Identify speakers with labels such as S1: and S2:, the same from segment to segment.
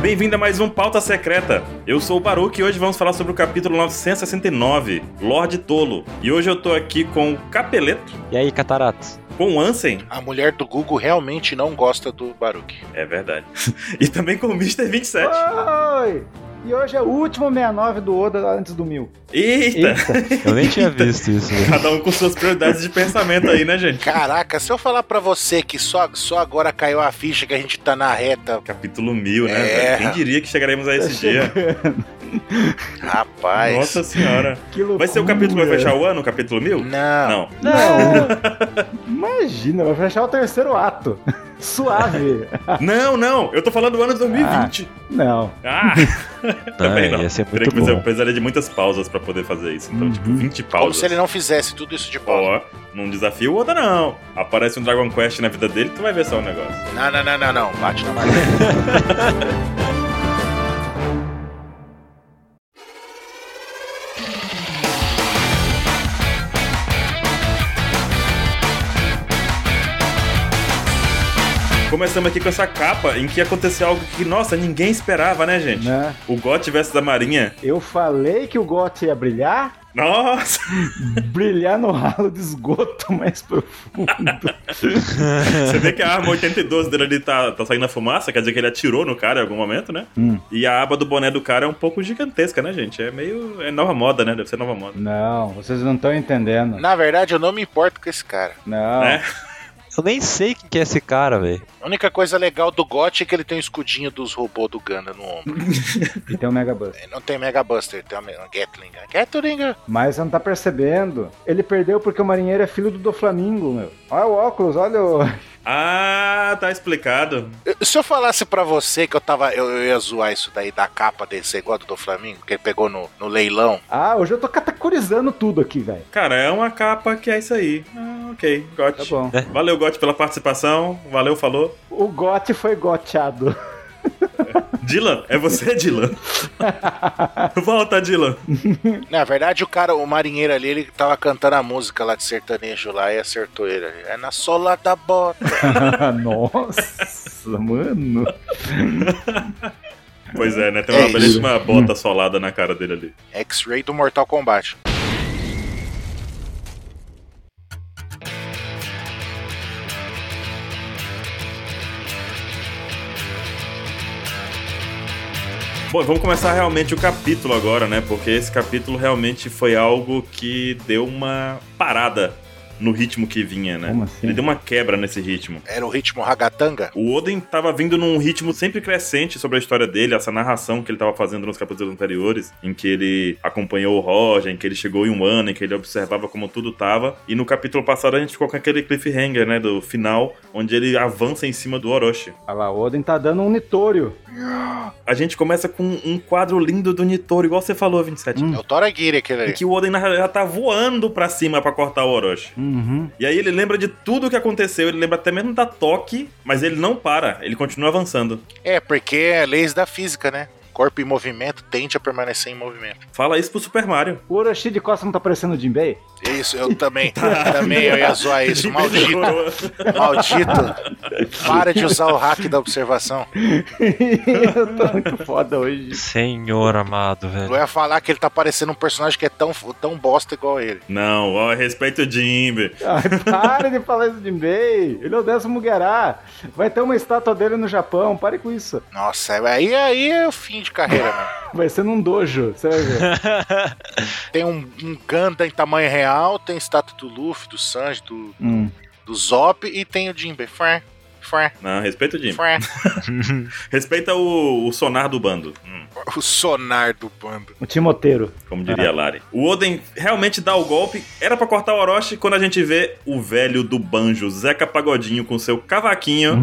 S1: Bem-vindo a mais um Pauta Secreta. Eu sou o Baruque e hoje vamos falar sobre o capítulo 969, Lorde Tolo. E hoje eu tô aqui com o Capeleto,
S2: E aí, Cataratos?
S1: com o Ansem,
S3: A mulher do Google realmente não gosta do Baruque.
S1: é verdade, e também com o Mr. 27.
S4: Oi! E hoje é o último 69 do Oda antes do mil.
S1: Eita!
S2: Eu nem tinha visto isso. velho.
S1: Cada um com suas prioridades de pensamento aí, né, gente?
S3: Caraca, se eu falar pra você que só, só agora caiu a ficha que a gente tá na reta,
S1: Capítulo 1000, né?
S3: É.
S1: velho? Quem diria que chegaremos a esse dia?
S3: rapaz.
S1: Nossa senhora.
S4: Que loucura.
S1: Vai ser o capítulo que vai fechar o ano, o capítulo 1000?
S3: Não.
S1: Não.
S4: Não! Imagina, vai fechar o terceiro ato. Suave.
S1: Não, não, eu tô falando do ano de 2020.
S4: Não.
S1: Ah! Também não.
S2: ia ser
S1: Teria
S2: muito
S1: que fazer, eu
S2: bom.
S1: precisaria de muitas pausas pra poder fazer isso. Então,
S4: Uhum.
S1: tipo, 20
S3: Como
S1: pausas.
S3: se ele não fizesse tudo isso de bola.
S1: Ó, num desafio, outra não. Aparece um Dragon Quest na vida dele, tu vai ver só o negócio.
S3: Não, não, não, não, não. Bate na madeira.
S1: Começamos aqui com essa capa em que aconteceu algo que, nossa, ninguém esperava, né, gente?
S4: Né?
S1: O GOT versus a Marinha.
S4: Eu falei que o Got ia brilhar,
S1: Nossa!
S4: brilhar no ralo de esgoto mais profundo.
S1: Você vê que a arma 82 dele ali tá, tá saindo a fumaça, quer dizer que ele atirou no cara em algum momento, né?
S4: Hum.
S1: E a aba do boné do cara é um pouco gigantesca, né, gente? É meio. É nova moda, né? Deve ser nova moda.
S4: Não, vocês não estão entendendo.
S3: na verdade, eu não me importo com esse cara.
S4: Não.
S1: É.
S2: Eu nem sei quem que é esse cara, velho.
S3: A única coisa legal do GOT é que ele tem o escudinho dos robôs do Ganda no ombro.
S4: E tem o Mega Bus.
S3: Ele não tem Mega Buster, tem uma Gatling. né? Gatling!
S4: Mas você não tá percebendo. Ele perdeu porque o marinheiro é filho do Doflamingo, meu. Olha o óculos, olha o.
S1: Ah, tá explicado.
S3: Eu- Se eu falasse pra você que eu tava. Eu, eu ia zoar isso daí da capa desse igual do Flamengo, que ele pegou no, no leilão.
S4: Ah, hoje eu tô categorizando tudo aqui, velho.
S1: Cara, é uma capa que é isso aí. Ah, ok. GOT.
S4: Tá bom.
S1: Valeu, GOT, pela participação. Valeu, falou.
S4: O gote foi goteado.
S1: Dylan, é você, Dylan? Volta, Dylan.
S3: Na verdade, o cara, o marinheiro ali, ele tava cantando a música lá de sertanejo lá e acertou ele. ali. É na sola da bota.
S4: Nossa, mano.
S1: Pois é, né? Tem uma
S3: É isso.
S1: belíssima bota solada na cara dele ali.
S3: X-Ray do Mortal Kombat.
S1: Bom, vamos começar realmente o capítulo agora, né? Porque esse capítulo realmente foi algo que deu uma parada no ritmo que vinha, né?
S4: Como assim?
S1: Ele deu uma quebra nesse ritmo.
S3: Era o ritmo ragatanga?
S1: O Oden tava vindo num ritmo sempre crescente sobre a história dele, essa narração que ele tava fazendo nos capítulos anteriores, em que ele acompanhou o Roger, em que ele chegou em um ano, em que ele observava como tudo tava. E no capítulo passado a gente ficou com aquele cliffhanger, né, do final, onde ele avança em cima do Orochi.
S4: Olha lá, o Oden tá dando um nitório.
S1: A gente começa com um quadro lindo do Nitor, igual você falou, 27.
S4: Hum.
S3: É o Toragiri aquele
S1: E
S3: ali.
S1: que o Oden na realidade, já tá voando pra cima pra cortar o Orochi.
S4: Uhum.
S1: E aí ele lembra de tudo o que aconteceu, ele lembra até mesmo da Toque, mas ele não para, ele continua avançando.
S3: É, porque é leis da física, né? Corpo em movimento tende a permanecer em movimento.
S1: Fala isso pro Super Mario.
S4: O Orochi de Costa não tá parecendo o Jinbei?
S3: É Isso, eu também. também eu ia zoar isso. Maldito, maldito. Para de usar o hack da observação.
S4: eu tô muito foda hoje.
S2: Senhor amado, velho.
S3: Eu ia falar que ele tá parecendo um personagem que é tão, tão bosta igual ele.
S1: Não, ó, respeita o Jimbe.
S4: Ai, para de falar isso de Jinbei. Ele é o décimo Guerá. Vai ter uma estátua dele no Japão. Pare com isso.
S3: Nossa, aí, aí é o fim de carreira, mano.
S4: Vai ser num dojo. Você vai ver.
S3: Tem um, um Ganda em tamanho real, tem estátua do Luffy, do Sanji, do,
S4: Hum.
S3: do Zop e tem o Jinbe. Far, far,
S1: Não, respeita o Jimbe.
S3: far.
S1: Respeita o, o sonar do bando, Hum,
S3: O sonar do bando.
S4: O Timoteiro.
S1: como diria a Lari. O Oden realmente dá o golpe, era pra cortar o Orochi quando a gente vê o velho do banjo, Zeca Pagodinho, com seu cavaquinho.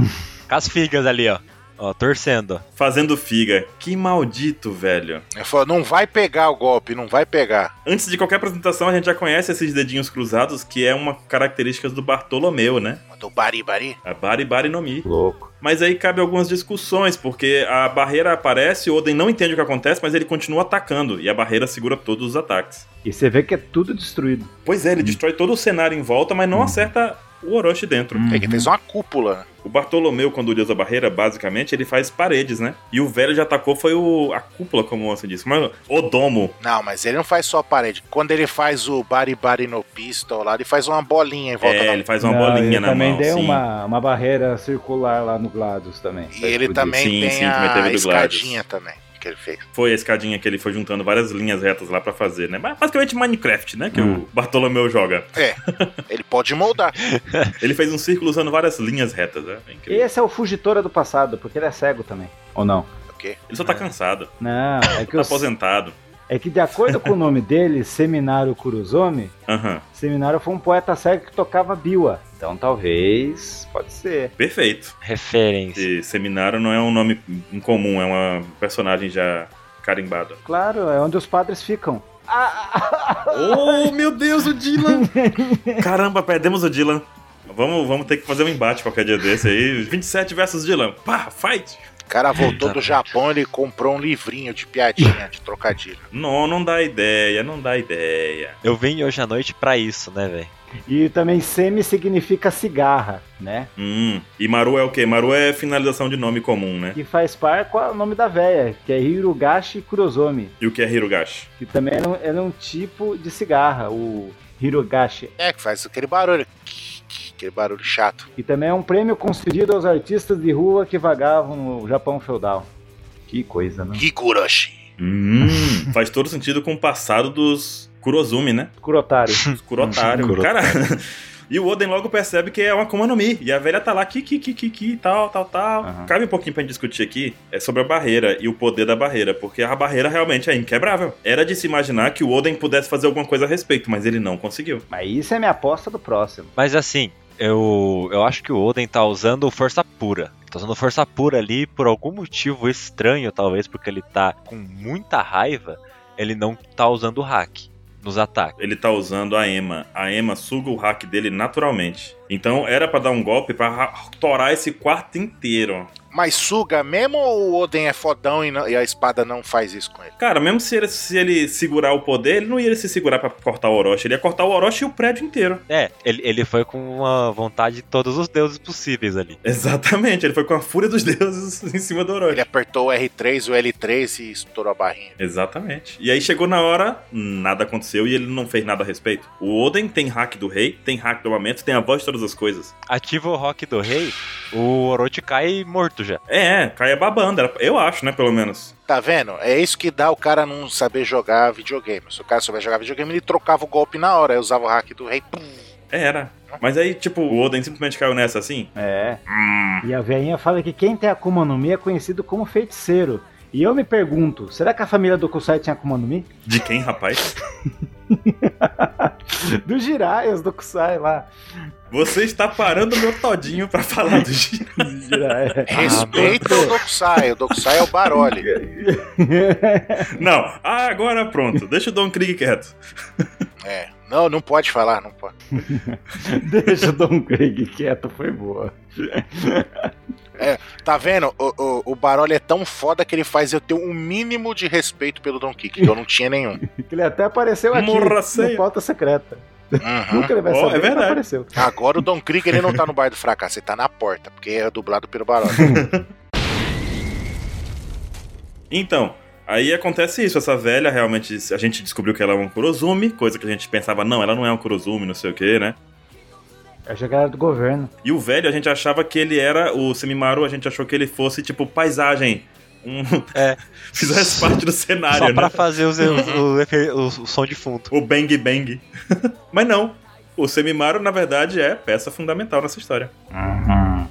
S2: Com as figas ali, ó. Ó, torcendo. ó.
S1: Fazendo figa. Que maldito, velho.
S3: Ele falou, não vai pegar o golpe, não vai pegar.
S1: Antes de qualquer apresentação, a gente já conhece esses dedinhos cruzados, que é uma característica do Bartolomeu, né?
S3: Do Bari Bari.
S1: A Bari Bari no Mi.
S4: Louco.
S1: Mas aí cabe algumas discussões, porque a barreira aparece, o Oden não entende o que acontece, mas ele continua atacando, e a barreira segura todos os ataques.
S4: E você vê que é tudo destruído. Hum. Hum.
S1: Pois é, ele destrói todo o cenário em volta, mas não acerta o Orochi dentro.
S3: Ele fez uma cúpula. né?
S1: O Bartolomeu, quando ele usa barreira, basicamente, ele faz paredes, né? E o velho já atacou foi o, a cúpula, como você disse. Mas o domo.
S3: Não, mas ele não faz só a parede. Quando ele faz o bari bari no pistol lá, ele faz uma bolinha em volta
S1: É,
S3: da
S1: ele faz uma
S4: Não,
S1: bolinha
S4: ele
S1: na
S4: também
S1: mão.
S4: deu
S1: sim.
S4: uma, uma barreira circular lá no Glados também.
S3: E
S4: pra
S3: ele
S4: explodir.
S3: também
S1: Sim,
S3: tem
S1: sim, também teve
S3: a
S1: do Gladius.
S3: escadinha também que ele fez.
S1: Foi a escadinha que ele foi juntando várias linhas retas lá pra fazer, né? Mas Basicamente Minecraft, né? Que
S2: Hum.
S1: o Bartolomeu joga.
S3: É, ele pode moldar.
S1: Ele fez um círculo usando várias linhas retas, né? É incrível.
S4: Esse é o Fugitora do passado, porque ele é cego também. Ou não?
S1: Ele
S4: é.
S1: só tá cansado,
S4: Não, é que,
S1: tá
S4: os-
S1: aposentado.
S4: é que de acordo com o nome dele, Seminário Kuruzumi,
S1: Aham.
S4: Seminário foi um poeta cego que tocava biwa. Então talvez, pode ser.
S1: Perfeito.
S2: Referência.
S1: E Seminário não é um nome incomum, é uma personagem já carimbada.
S4: Claro, é onde os padres ficam. Ah,
S1: Oh, meu Deus, o Dylan! Caramba, perdemos o Dylan. Vamos, vamos ter que fazer um embate qualquer dia desse aí. 27 versus Dylan. Pá, fight!
S3: O cara voltou
S2: Exatamente.
S3: do Japão, ele comprou um livrinho de piadinha, de trocadilho.
S1: Não, não dá ideia, não dá ideia.
S2: Eu vim hoje à noite pra isso, né, velho?
S4: ah. E também semi significa cigarra, né?
S1: Hum. E Maru é o quê? Maru é finalização de nome comum, né?
S4: Que faz par com o nome da véia, que é Hirugashi Kurozomi,
S1: E o que é Hirogashi?
S4: que também era um, era um tipo de cigarra, o Hirogashi.
S3: É, que faz aquele barulho. Aquele barulho chato.
S4: E também é um prêmio concedido aos artistas de rua que vagavam no Japão feudal. Que coisa, né?
S3: Higurashi.
S1: Hum. Faz todo sentido com o passado dos Kurozumi, né?
S4: Kurotari.
S1: Curotário.
S2: Curotário.
S1: Cara. E o Oden logo percebe que é uma Akuma no Mi. E a velha tá lá, que, que, que, que, que, tal, tal, tal.
S4: Aham.
S1: Cabe um pouquinho pra gente discutir aqui é sobre a barreira e o poder da barreira. Porque a barreira realmente é inquebrável. Era de se imaginar que o Oden pudesse fazer alguma coisa a respeito, mas ele não conseguiu.
S4: Mas isso é minha aposta do próximo.
S2: Mas assim, eu, eu acho que o Oden tá usando força pura. Tá usando força pura ali por algum motivo estranho, talvez, porque ele tá com muita raiva, ele não tá usando hack nos ataques.
S1: Ele tá usando a Ema. A Ema suga o hack dele naturalmente. Então era pra dar um golpe pra ra- torar esse quarto inteiro.
S3: Mas suga mesmo ou o Oden é fodão e, não- e a espada não faz isso com ele?
S1: Cara, mesmo se ele, se ele segurar o poder, ele não ia se segurar pra cortar o Orochi. Ele ia cortar o Orochi e o prédio inteiro.
S2: É, ele, ele foi com uma vontade de todos os deuses possíveis ali.
S1: Exatamente, ele foi com a fúria dos deuses em cima do Orochi.
S3: Ele apertou o R3, o L3 e estourou a barrinha.
S1: Exatamente. E aí chegou na hora, nada aconteceu e ele não fez nada a respeito. O Oden tem hack do rei, tem hack do armamento, tem a voz de todas as coisas.
S2: Ativa o rock do rei, o Orochi cai morto já.
S1: É, é, caia babando, era- eu acho, né, pelo menos.
S3: Tá vendo? É isso que dá o cara não saber jogar videogame. Se o cara souber jogar videogame, ele trocava o golpe na hora. Aí usava o hack do rei. Pum.
S1: É, Era. Mas aí, tipo, o Oden simplesmente caiu nessa assim.
S4: É.
S1: Hum,
S4: E a veinha fala que quem tem Akuma no Mi é conhecido como feiticeiro. E eu me pergunto, será que a família do Kusai tinha Akuma no Mi?
S1: de quem, rapaz?
S4: Do Jiraias do Kusai lá.
S1: Você está parando meu todinho pra falar do Gi-
S4: Do Jiraiya.
S1: É
S3: Respeita o Dokusai. O Dokusai é o Baroli.
S1: Não, ah, agora pronto, deixa o Don Krieg quieto.
S3: É. Não, não pode falar, não pode.
S4: Deixa o Don Craig quieto, foi boa.
S3: Tá vendo? O, o, o Baroli é tão foda que ele faz eu ter um mínimo de respeito pelo Don Kick, que eu não tinha nenhum.
S4: Que Ele até apareceu aqui
S1: Morraceia.
S4: no Pauta Secreta.
S3: Uhum.
S4: Nunca ele vai
S1: Oh,
S4: saber,
S1: é
S4: mas
S1: verdade.
S4: apareceu.
S3: Agora o Don Krieg ele não tá no bairro do fracasso, ele tá na porta, porque é dublado pelo Baroli.
S1: Então, aí acontece isso. Essa velha realmente. A gente descobriu que ela é um Kurozumi, coisa que a gente pensava, não, ela não é um Kurozumi, não sei o que, né?
S4: É a jogada do governo.
S1: E o velho, a gente achava que ele era. O Semimaru, a gente achou que ele fosse, tipo, paisagem. Um...
S2: É.
S1: Fizesse parte do cenário,
S2: Só pra
S1: né?
S2: fazer os, os- o efe- o- o som de fundo.
S1: O Bang Bang. Mas não. O Semimaru, na verdade, é peça fundamental nessa história.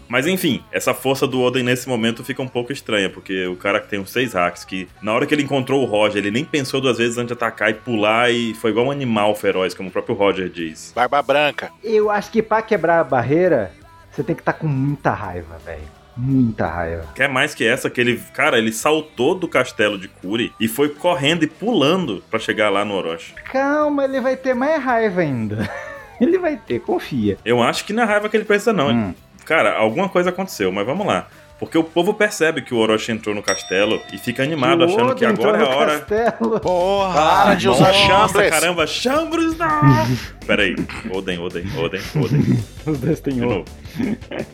S1: Mas enfim, essa força do Oden nesse momento fica um pouco estranha, porque o cara que tem uns seis hacks, que na hora que ele encontrou o Roger, ele nem pensou duas vezes antes de atacar e pular, e foi igual um animal feroz, como o próprio Roger diz.
S3: Barba Branca.
S4: Eu acho que pra quebrar a barreira, você tem que estar com muita raiva, velho. Muita raiva.
S1: Quer mais que essa, que ele, cara, ele saltou do castelo de Kuri e foi correndo e pulando pra chegar lá no Orochi.
S4: Calma, ele vai ter mais raiva ainda. Ele vai ter, confia.
S1: Eu acho que não é raiva que ele precisa, não.
S4: Hum.
S1: Cara, alguma coisa aconteceu, mas vamos lá. Porque o povo percebe que o Orochi entrou no castelo e fica animado,
S4: o
S1: achando
S4: Oda
S1: que agora é
S4: entrou
S1: a
S4: no
S1: hora.
S4: Castelo.
S2: Porra!
S3: Para de usar
S1: Nossa,
S3: chambres.
S1: caramba, chambres não! Peraí, Oden, Oden, Oden, Oden,
S4: Os dois têm
S1: de
S4: ouro.
S1: novo.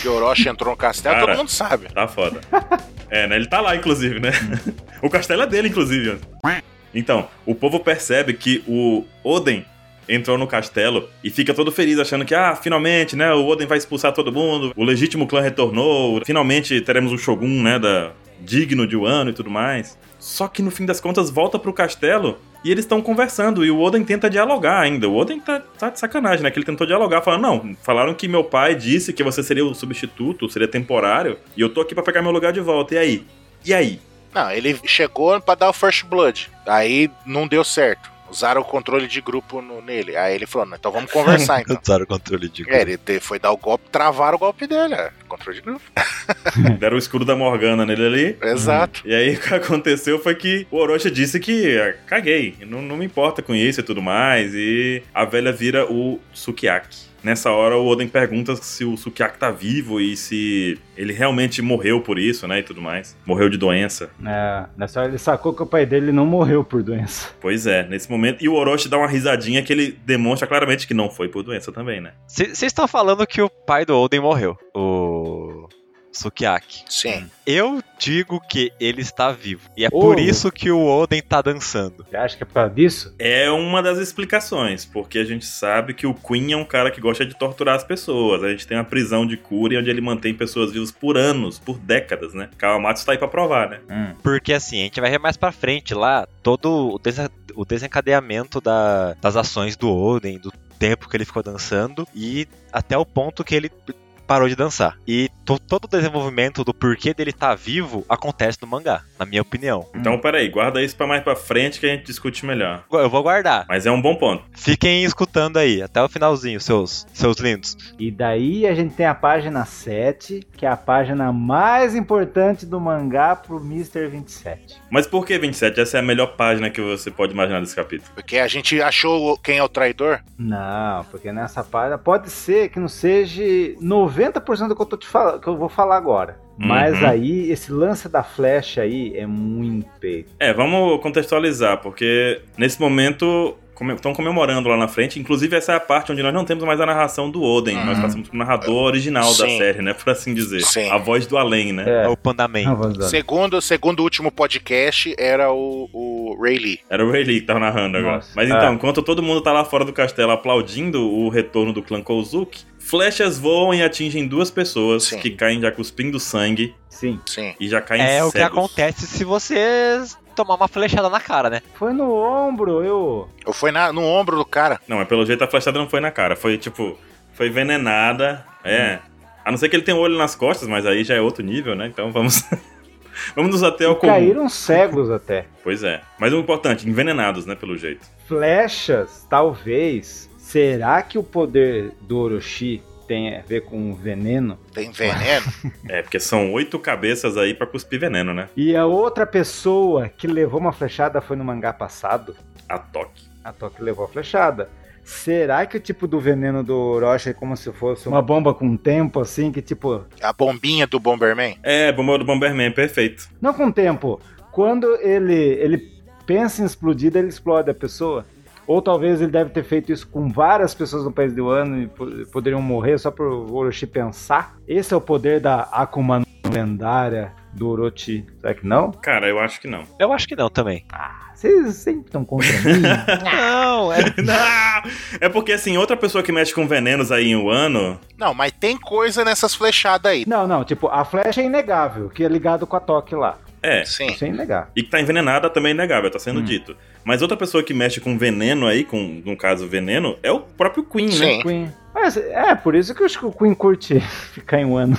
S3: Que Orochi entrou no castelo,
S1: Cara.
S3: todo mundo sabe.
S1: Tá foda. É, né? Ele tá lá, inclusive, né? O castelo é dele, inclusive. Então, o povo percebe que o Oden entrou no castelo e fica todo feliz, achando que, ah, finalmente, né? O Oden vai expulsar todo mundo, o legítimo clã retornou, finalmente teremos um Shogun, né? Da... Digno de Wano e tudo mais. Só que no fim das contas volta pro castelo e eles estão conversando e o Oden tenta dialogar ainda. O Oden tá, tá de sacanagem, né? Que ele tentou dialogar, falando: Não, falaram que meu pai disse que você seria o substituto, seria temporário, e eu tô aqui pra pegar meu lugar de volta. E aí? E aí?
S3: Não, ele chegou pra dar o First Blood. Aí não deu certo. Usaram o controle de grupo no- nele. Aí ele falou: "Não, então vamos conversar então.
S2: Usaram o controle de
S3: É, ele te- foi dar o golpe, travaram o golpe dele, é. Controle de grupo.
S1: Deram o escudo da Morgana nele ali.
S3: Exato.
S1: E aí o que aconteceu foi que o Orochi disse que ah, caguei, não, não me importa com isso e tudo mais. E a velha vira o Sukiyaki. Nessa hora o Oden pergunta se o Sukiyaki tá vivo e se ele realmente morreu por isso, né? E tudo mais. Morreu de doença.
S4: É, nessa hora ele sacou que o pai dele não morreu por doença.
S1: Pois é, nesse momento. E o Orochi dá uma risadinha que ele demonstra claramente que não foi por doença também, né?
S2: Vocês estão falando que o pai do Oden morreu, o Sukiyaki.
S3: Sim.
S2: Eu digo que ele está vivo. E é
S4: Ô,
S2: por
S4: louco.
S2: isso que o Oden tá dançando.
S4: Você acha que é por causa disso?
S1: É uma das explicações, porque a gente sabe que o Queen é um cara que gosta de torturar as pessoas. A gente tem uma prisão de cura onde ele mantém pessoas vivas por anos, por décadas, né? Kawamatsu tá aí pra provar, né?
S2: Porque assim, a gente vai ver mais pra frente lá todo o, desen- o desencadeamento da- das ações do Oden, do tempo que ele ficou dançando e até o ponto que ele parou de dançar. E to- todo o desenvolvimento do porquê dele tá vivo acontece no mangá, na minha opinião.
S1: Então, peraí, guarda isso pra mais pra frente que a gente discute melhor.
S2: Eu vou guardar.
S1: Mas é um bom ponto.
S2: Fiquem escutando aí, até o finalzinho, seus, seus lindos.
S4: E daí a gente tem a página 7, que é a página mais importante do mangá pro Mr. 27.
S1: Mas por que 27? Essa é a melhor página que você pode imaginar desse capítulo.
S3: Porque a gente achou o- quem é o traidor.
S4: Não, porque nessa página pode ser que não seja 90% do que eu, tô te fal- que eu vou falar agora. Mas
S1: Uhum.
S4: aí, esse lance da flecha aí é muito peito.
S1: É, vamos contextualizar, porque nesse momento estão comemorando lá na frente. Inclusive, essa é a parte onde nós não temos mais a narração do Oden.
S3: Uhum.
S1: Nós passamos pro narrador original da
S3: Sim.
S1: série, né? Por assim dizer.
S3: Sim.
S1: A voz do além, né?
S2: É
S4: É.
S2: o Pandaman.
S4: Não, vamos lá.
S3: Segundo, segundo o último podcast, era o, o Ray Lee.
S1: Era o Ray Lee que tava narrando agora.
S4: Nossa.
S1: Mas
S2: É.
S1: então, enquanto todo mundo tá lá fora do castelo aplaudindo o retorno do clã Kozuki, flechas voam e atingem duas pessoas
S3: Sim.
S1: que caem já cuspindo sangue
S4: Sim.
S3: Sim.
S1: e já caem
S2: É o que
S1: tá cegos.
S2: acontece se você tomar uma flechada na cara, né?
S4: Foi no ombro, eu.
S3: Ou foi na- no ombro do cara.
S1: Não, mas pelo jeito a flechada não foi na cara. Foi tipo, foi envenenada. É. A não ser que ele tenha um olho nas costas, mas aí já é outro nível, né? Então vamos. vamos nos até ao
S4: E
S1: comum.
S4: caíram cegos até.
S1: Pois é. Mas o importante, envenenados, né? Pelo jeito.
S4: Flechas, talvez. Será que o poder do Orochi tem a ver com o veneno?
S3: Tem veneno.
S1: É, porque são oito cabeças aí pra cuspir veneno, né?
S4: E a outra pessoa que levou uma flechada foi no mangá passado?
S1: A toque.
S4: A toa que levou a flechada. Será que o tipo do veneno do Orochi é como se fosse uma bomba com tempo, assim, que tipo.
S3: a bombinha do Bomberman.
S1: É, bomba do Bomberman, perfeito.
S4: Não com tempo. Quando ele, ele pensa em explodir, daí ele explode a pessoa. Ou talvez ele deve ter feito isso com várias pessoas no país do ano e po- poderiam morrer só por o Orochi pensar. Esse é o poder da Akuma no lendária do Orochi. Será que não?
S1: Cara, eu acho que não.
S2: Eu acho que não também.
S4: Vocês sempre estão contra mim.
S2: Não, é.
S1: Ah, é porque, assim, outra pessoa que mexe com venenos aí em um Wano.
S3: Não, mas tem coisa nessas flechadas aí.
S4: não, não. Tipo, a flecha é inegável, que é ligado com a toque lá.
S1: É.
S3: Sim.
S4: Isso é inegável.
S1: E que tá envenenada também é inegável, tá sendo
S4: Hum.
S1: dito. Mas outra pessoa que mexe com veneno aí, com, no caso, veneno, é o próprio Queen, né?
S3: Sim.
S4: Queen. Mas, é, por isso que eu acho que o Queen curte ficar em um ano.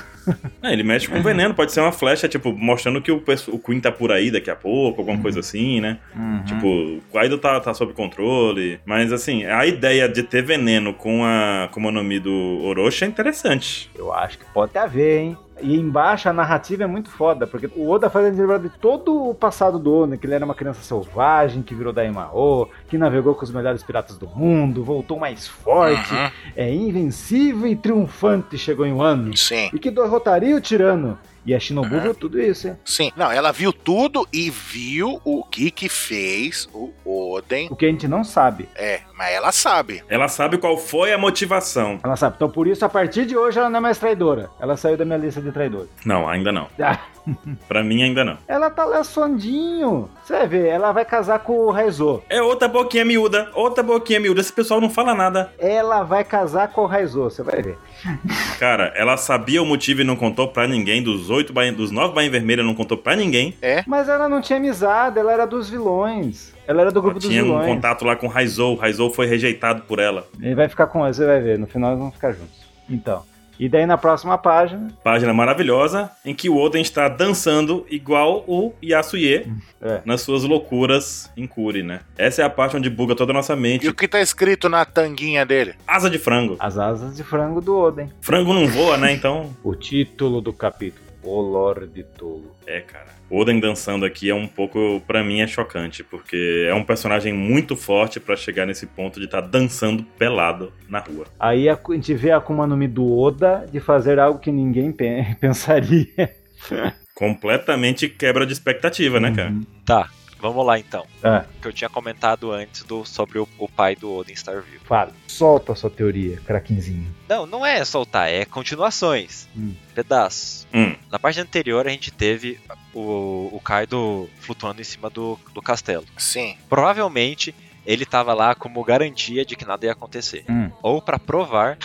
S1: É, ele mexe com veneno, pode ser uma flecha, tipo, mostrando que o, perso- o Queen tá por aí daqui a pouco, alguma coisa assim, né?
S3: Uhum.
S1: Tipo, o Kaido tá, tá sob controle. Mas assim, a ideia de ter veneno com a com o nome do Orochi é interessante.
S4: Eu acho que pode ter a ver, hein? E embaixo a narrativa é muito foda, porque o Oda faz a gente lembrar de todo o passado do Oda, né? que ele era uma criança selvagem, que virou Daimao, que navegou com os melhores piratas do mundo, voltou mais forte,
S3: Uhum,
S4: é invencível e triunfante, chegou em um ano.
S3: sim.
S4: E que derrotaria o tirano. E a Shinobu
S3: Uhum.
S4: viu tudo isso, hein?
S3: Sim. Não, ela viu tudo e viu o que que fez o Oden.
S4: O que a gente não sabe.
S3: É, mas ela sabe.
S1: Ela sabe qual foi a motivação.
S4: Ela sabe. Então por isso, a partir de hoje, ela não é mais traidora. Ela saiu da minha lista de traidores.
S1: Não, ainda não.
S4: Ah.
S1: Pra mim, ainda não.
S4: Ela tá lá sondinho. Você vai ver, ela vai casar com o Raizo.
S1: É outra boquinha miúda, outra boquinha miúda. Esse pessoal não fala nada.
S4: Ela vai casar com o Raizo, você vai ver.
S1: Cara, ela sabia o motivo e não contou pra ninguém. Dos oito, bain- dos nove bainhas vermelhas, não contou pra ninguém.
S4: Mas ela não tinha amizade, ela era dos vilões. Ela era do grupo
S1: Ela
S4: dos
S1: tinha um
S4: vilões.
S1: contato lá com o Raizou. O Raizou foi rejeitado por ela.
S4: Ele vai ficar com ela, você vai ver. No final eles vão ficar juntos. Então. E daí na próxima página.
S1: Página maravilhosa em que o Oden está dançando igual o Yasuye
S4: É.
S1: nas suas loucuras em Kuri, né? Essa é a parte onde buga toda a nossa
S3: E o
S1: mente.
S3: que tá escrito na tanguinha dele?
S1: Asa de frango.
S4: As asas de frango do Oden.
S1: Frango não voa, né? Então.
S4: O título do capítulo. O Lorde Tolo.
S1: É, cara. O Oden dançando aqui é um pouco, pra mim, é chocante, porque é um personagem muito forte pra chegar nesse ponto de estar dançando pelado na rua.
S4: Aí a a gente vê a Akuma no Mi do Oda de fazer algo que ninguém pe- pensaria.
S1: Completamente quebra de expectativa, né,
S4: Uhum.
S1: cara?
S2: Tá, vamos lá então.
S4: Ah,
S2: Que eu tinha comentado antes do, sobre o, o pai do Odin estar vivo.
S4: fala. Solta a sua teoria, craquinzinho.
S2: Não, não é soltar, é continuações.
S4: Hum.
S2: Pedaços.
S1: Hum.
S2: Na parte anterior a gente teve o, o Kaido flutuando em cima do, do castelo.
S3: Sim.
S2: Provavelmente ele estava lá como garantia de que nada ia acontecer.
S4: Hum.
S2: Ou pra provar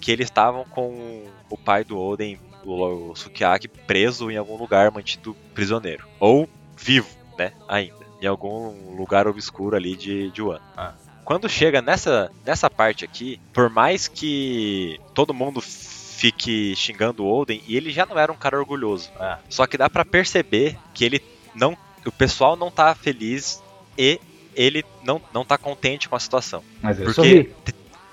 S2: que eles estavam com o pai do Oden, o, o Sukiyaki, preso em algum lugar, mantido prisioneiro. Ou vivo, né? Ainda. Em algum lugar obscuro ali de, de Wano.
S4: Ah.
S2: Quando chega nessa, nessa parte aqui, por mais que todo mundo fique xingando o Oden, e ele já não era um cara orgulhoso.
S4: Ah.
S2: Só que dá pra perceber que ele não. O pessoal não tá feliz e ele não, não tá contente com a situação.
S4: Mas eu
S2: Porque-
S4: sorri.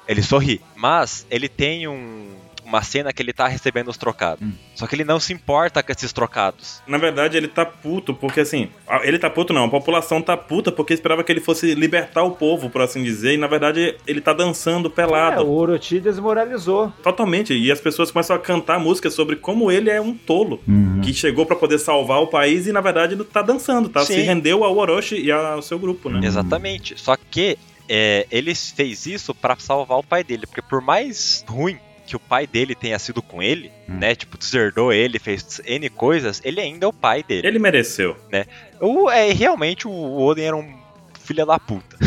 S2: Ele sorri, mas ele tem um- uma cena que ele tá recebendo os trocados.
S4: Hum.
S2: Só que ele não se importa com esses trocados.
S1: Na verdade, ele tá puto, porque assim. a- Ele tá puto, não. A população tá puta porque esperava que ele fosse libertar o povo, por assim dizer. E na verdade, ele tá dançando
S4: É, o
S1: pelado.
S4: Orochi desmoralizou.
S1: Totalmente. E as pessoas começam a cantar música sobre como ele é um tolo.
S4: Uhum.
S1: que chegou pra poder salvar o país e na verdade ele tá dançando, tá?
S2: Sim.
S1: Se rendeu ao Orochi e ao seu grupo,
S4: Hum.
S1: né?
S2: Exatamente. Só que é, ele fez isso pra salvar o pai dele, porque por mais ruim que o pai dele tenha sido com ele,
S4: Hum.
S2: né? Tipo, deserdou ele, fez N coisas, ele ainda é o pai dele.
S1: Ele mereceu.
S2: O, é, realmente o Oden era um filho da puta.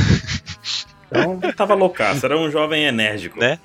S4: Então,
S1: Ele tava loucaço, era um jovem enérgico.
S2: Né?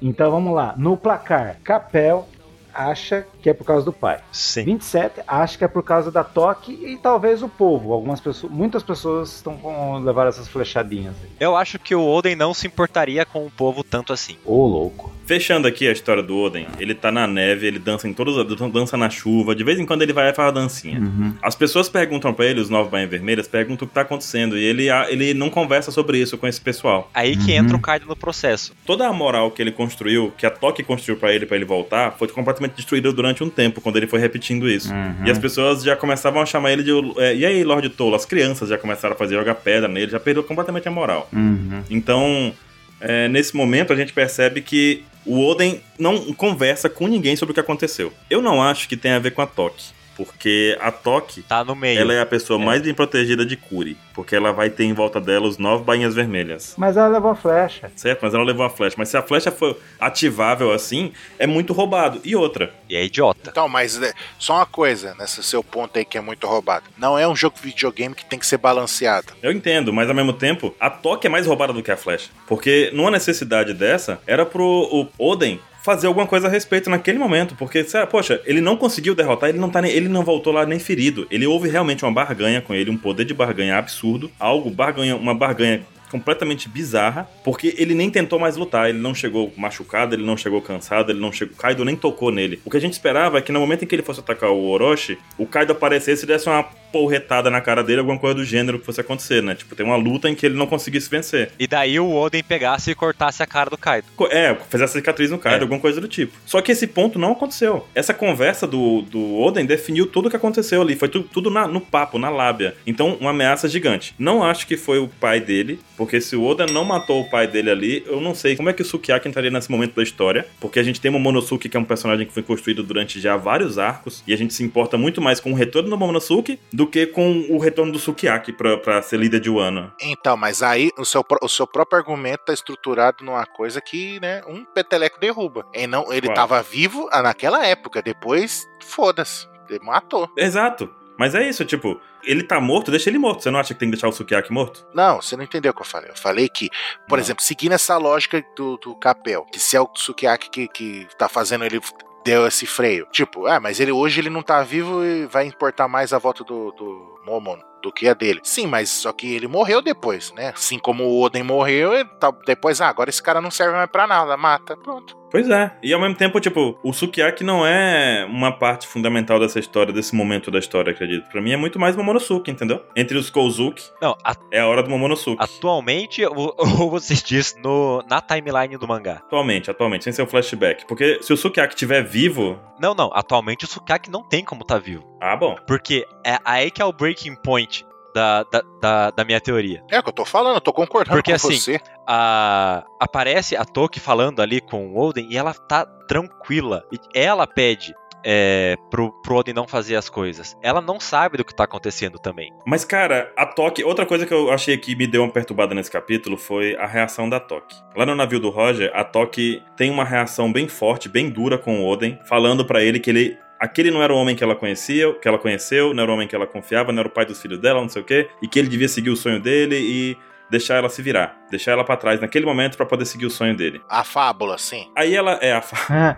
S4: então vamos lá. No placar, Capel acha que é por causa do pai.
S2: Sim.
S4: 27 acha que é por causa da toque e talvez o povo. Algumas pessoas, muitas pessoas estão com levar essas flechadinhas. aí.
S2: Eu acho que o Oden não se importaria com o povo tanto assim.
S4: Ô louco.
S1: Fechando aqui a história do Oden, ele tá na neve, ele dança em todas as dança na chuva, de vez em quando ele vai e faz a dancinha. As pessoas perguntam pra ele, os nove bainhas vermelhas, perguntam o que tá acontecendo e ele, ah, ele não conversa sobre isso com esse pessoal.
S2: Aí que
S4: Uhum.
S2: entra o Kaido no processo.
S1: Toda a moral que ele construiu, que a Toque construiu pra ele pra ele voltar, foi completamente destruída durante um tempo quando ele foi repetindo isso.
S4: Uhum.
S1: E as pessoas já começavam a chamar ele de. é, e aí, Lorde Tolo? As crianças já começaram a fazer jogar pedra nele, já perdeu completamente a moral.
S4: Uhum.
S1: Então, é, nesse momento, a gente percebe que o Oden não conversa com ninguém sobre o que aconteceu. Eu não acho que tenha a ver com a Toque, porque a Toque.
S2: Tá no meio.
S1: Ela é a pessoa
S2: É.
S1: mais bem protegida de Kuri, porque ela vai ter em volta dela os nove bainhas vermelhas.
S4: Mas ela levou a flecha.
S1: Certo? Mas ela levou a flecha. Mas se a flecha for ativável assim, é muito roubado. E outra,
S2: E é idiota.
S3: Então, mas é, só uma coisa, nesse seu ponto aí que é muito roubado. Não é um jogo de videogame que tem que ser balanceado.
S1: Eu entendo, mas ao mesmo tempo, a Toque é mais roubada do que a flecha. Porque numa necessidade dessa, era pro o Oden fazer alguma coisa a respeito naquele momento. Porque, sei lá, poxa, ele não conseguiu derrotar, ele não, tá nem, ele não voltou lá nem ferido. Ele houve realmente uma barganha com ele, um poder de barganha absurdo. Algo, barganha, uma barganha completamente bizarra, porque ele nem tentou mais lutar, ele não chegou machucado, ele não chegou cansado, ele não chegou... Kaido nem tocou nele. O que a gente esperava é que no momento em que ele fosse atacar o Orochi, o Kaido aparecesse e desse uma porretada na cara dele, alguma coisa do gênero que fosse acontecer, né? Tipo, tem uma luta em que ele não conseguisse vencer.
S2: E daí o Oden pegasse e cortasse a cara do Kaido.
S1: Co- É, fazer a cicatriz no cara,
S2: É.
S1: alguma coisa do tipo. Só que esse ponto não aconteceu. Essa conversa do, do Oden definiu tudo o que aconteceu ali. Foi tu- tudo na- no papo, na lábia. Então, uma ameaça gigante. Não acho que foi o pai dele, porque se o Oden não matou o pai dele ali, eu não sei como é que o Sukiyaki entraria nesse momento da história. Porque a gente tem o Momonosuke, que é um personagem que foi construído durante já vários arcos, e a gente se importa muito mais com o retorno do Momonosuke do que com o retorno do Sukiyaki pra, pra ser líder de Wano.
S3: Então, mas aí o seu, pró- o seu próprio argumento tá estruturado numa coisa que, né, um peteleco derruba. E não, ele
S1: Claro.
S3: tava vivo ah, naquela época, depois, foda-se, ele matou.
S1: Exato. Mas é isso, tipo, ele tá morto, deixa ele morto. Você não acha que tem que deixar o Sukiyaki morto?
S3: Não, você não entendeu o que eu falei. Eu falei que, por
S1: Não.
S3: exemplo, seguindo essa lógica do, do Capel, que se é o Tsukiyaki que, que tá fazendo ele deu esse freio. Tipo, ah, mas ele hoje ele não tá vivo e vai importar mais a volta do, do Momon do que a dele. Sim, mas só que ele morreu depois, né? Assim como o Oden morreu, ele tá- depois, ah, agora esse cara não serve mais pra nada, mata, pronto.
S1: Pois é. E ao mesmo tempo, tipo, o Sukiyaki não é uma parte fundamental dessa história, desse momento da história, acredito. Pra mim é muito mais Momonosuke, entendeu? Entre os Kouzuki,
S2: Não, a-
S1: é a hora do Momonosuke.
S2: atualmente, ou ou você diz no, na timeline do mangá.
S1: Atualmente, atualmente, sem ser o flashback. Porque se o Sukiyaki estiver vivo.
S2: Não, não, atualmente o Sukiyaki não tem como tá vivo.
S1: Ah, bom.
S2: Porque é aí que é o breaking point da, da, da, da minha teoria.
S3: É o que eu tô falando, eu tô concordando
S2: Porque
S3: com
S2: assim,
S3: você.
S2: A, aparece a Toki falando ali com o Oden e ela tá tranquila. E ela pede é, pro, pro Oden não fazer as coisas. Ela não sabe do que tá acontecendo também.
S1: Mas, cara, a Toque. Outra coisa que eu achei que me deu uma perturbada nesse capítulo foi a reação da Toque. Lá no navio do Roger, a Toque tem uma reação bem forte, bem dura com o Oden, falando pra ele que ele. Aquele não era o homem que ela conhecia, que ela conheceu, não era o homem que ela confiava, não era o pai dos filhos dela, não sei o quê, e que ele devia seguir o sonho dele e deixar ela se virar, deixar ela pra trás naquele momento pra poder seguir o sonho dele.
S3: A fábula, sim.
S1: Aí ela é a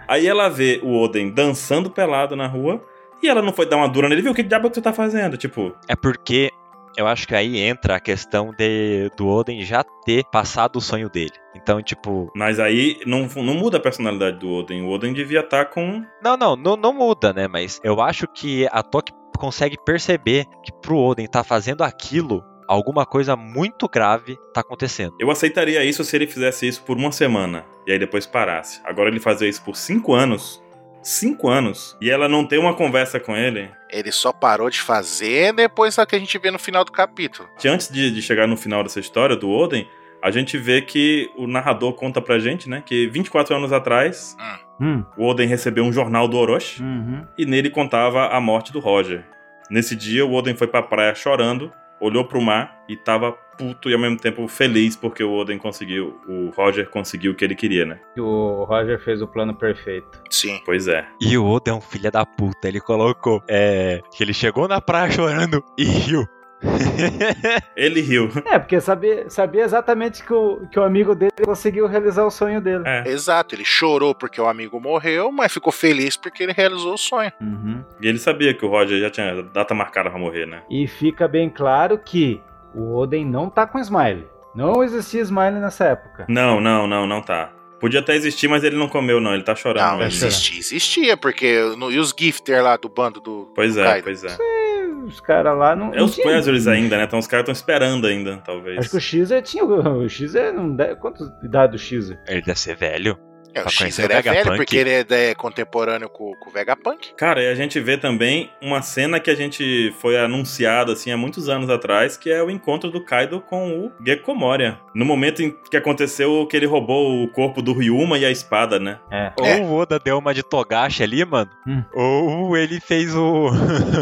S1: Aí ela vê o Oden dançando pelado na rua e ela não foi dar uma dura nele, viu? Que diabo que tu tá fazendo? Tipo,
S2: É porque eu acho que aí entra a questão de, do Oden já ter passado o sonho dele. Então, tipo,
S1: Mas aí não, não muda a personalidade do Oden. O Oden devia estar com.
S2: Não, não, não, não muda, né? Mas eu acho que a Toque consegue perceber que pro Oden tá fazendo aquilo, alguma coisa muito grave tá acontecendo.
S1: Eu aceitaria isso se ele fizesse isso por uma semana e aí depois parasse. Agora ele fazer isso por cinco anos. Cinco anos. E ela não ter uma conversa com ele.
S3: Ele só parou de fazer depois da que a gente vê no final do capítulo.
S1: Que antes de, de chegar no final dessa história do Oden, a gente vê que o narrador conta pra gente, né? Que 24 anos atrás,
S4: Hum,
S1: o Oden recebeu um jornal do Orochi.
S4: uhum.
S1: e nele contava a morte do Roger. Nesse dia, o Oden foi pra praia chorando, olhou pro mar e tava puto e ao mesmo tempo feliz porque o Oden conseguiu, o Roger conseguiu o que ele queria, né?
S4: Que O Roger fez o plano perfeito.
S3: Sim.
S1: Pois é.
S2: E o Oden é um filho da puta, ele colocou é, que ele chegou na praia chorando e riu.
S1: Ele riu.
S4: É, porque sabia, sabia exatamente que o, que o amigo dele conseguiu realizar o sonho dele.
S1: É.
S3: Exato, ele chorou porque o amigo morreu, mas ficou feliz porque ele realizou o sonho.
S1: É.
S4: Uhum.
S1: E ele sabia que o Roger já tinha data marcada pra morrer, né?
S4: E fica bem claro que o Oden não tá com Smile. Não existia Smile nessa época.
S1: Não, não, não, não tá. Podia até existir, mas ele não comeu, não. Ele tá chorando.
S3: Não,
S1: mesmo.
S3: existia, existia, porque. no- e os gifter lá do bando do.
S1: Pois é,
S3: Kaido.
S1: pois é.
S4: E os caras lá não.
S1: É os
S4: não tinha-
S1: Puzzles ainda, né? Então os caras estão esperando ainda, talvez.
S4: Acho que o Xer tinha. O Xer não. deve- Quanto de idade do Xer?
S2: Ele deve ser velho.
S3: É, o
S2: Tá
S3: Xer
S2: conhecendo
S3: é
S2: o
S3: velho
S2: Vegapunk?
S3: porque ele é, é contemporâneo com, com o Vegapunk.
S1: Cara, e a gente vê também uma cena que a gente foi anunciada assim há muitos anos atrás, que é o encontro do Kaido com o Gekko Moria. No momento em que aconteceu que ele roubou o corpo do Ryuma e a espada, né?
S4: É.
S2: Ou
S3: É.
S2: o Oda deu uma de Togashi ali, mano.
S4: Hum.
S2: Ou ele fez o...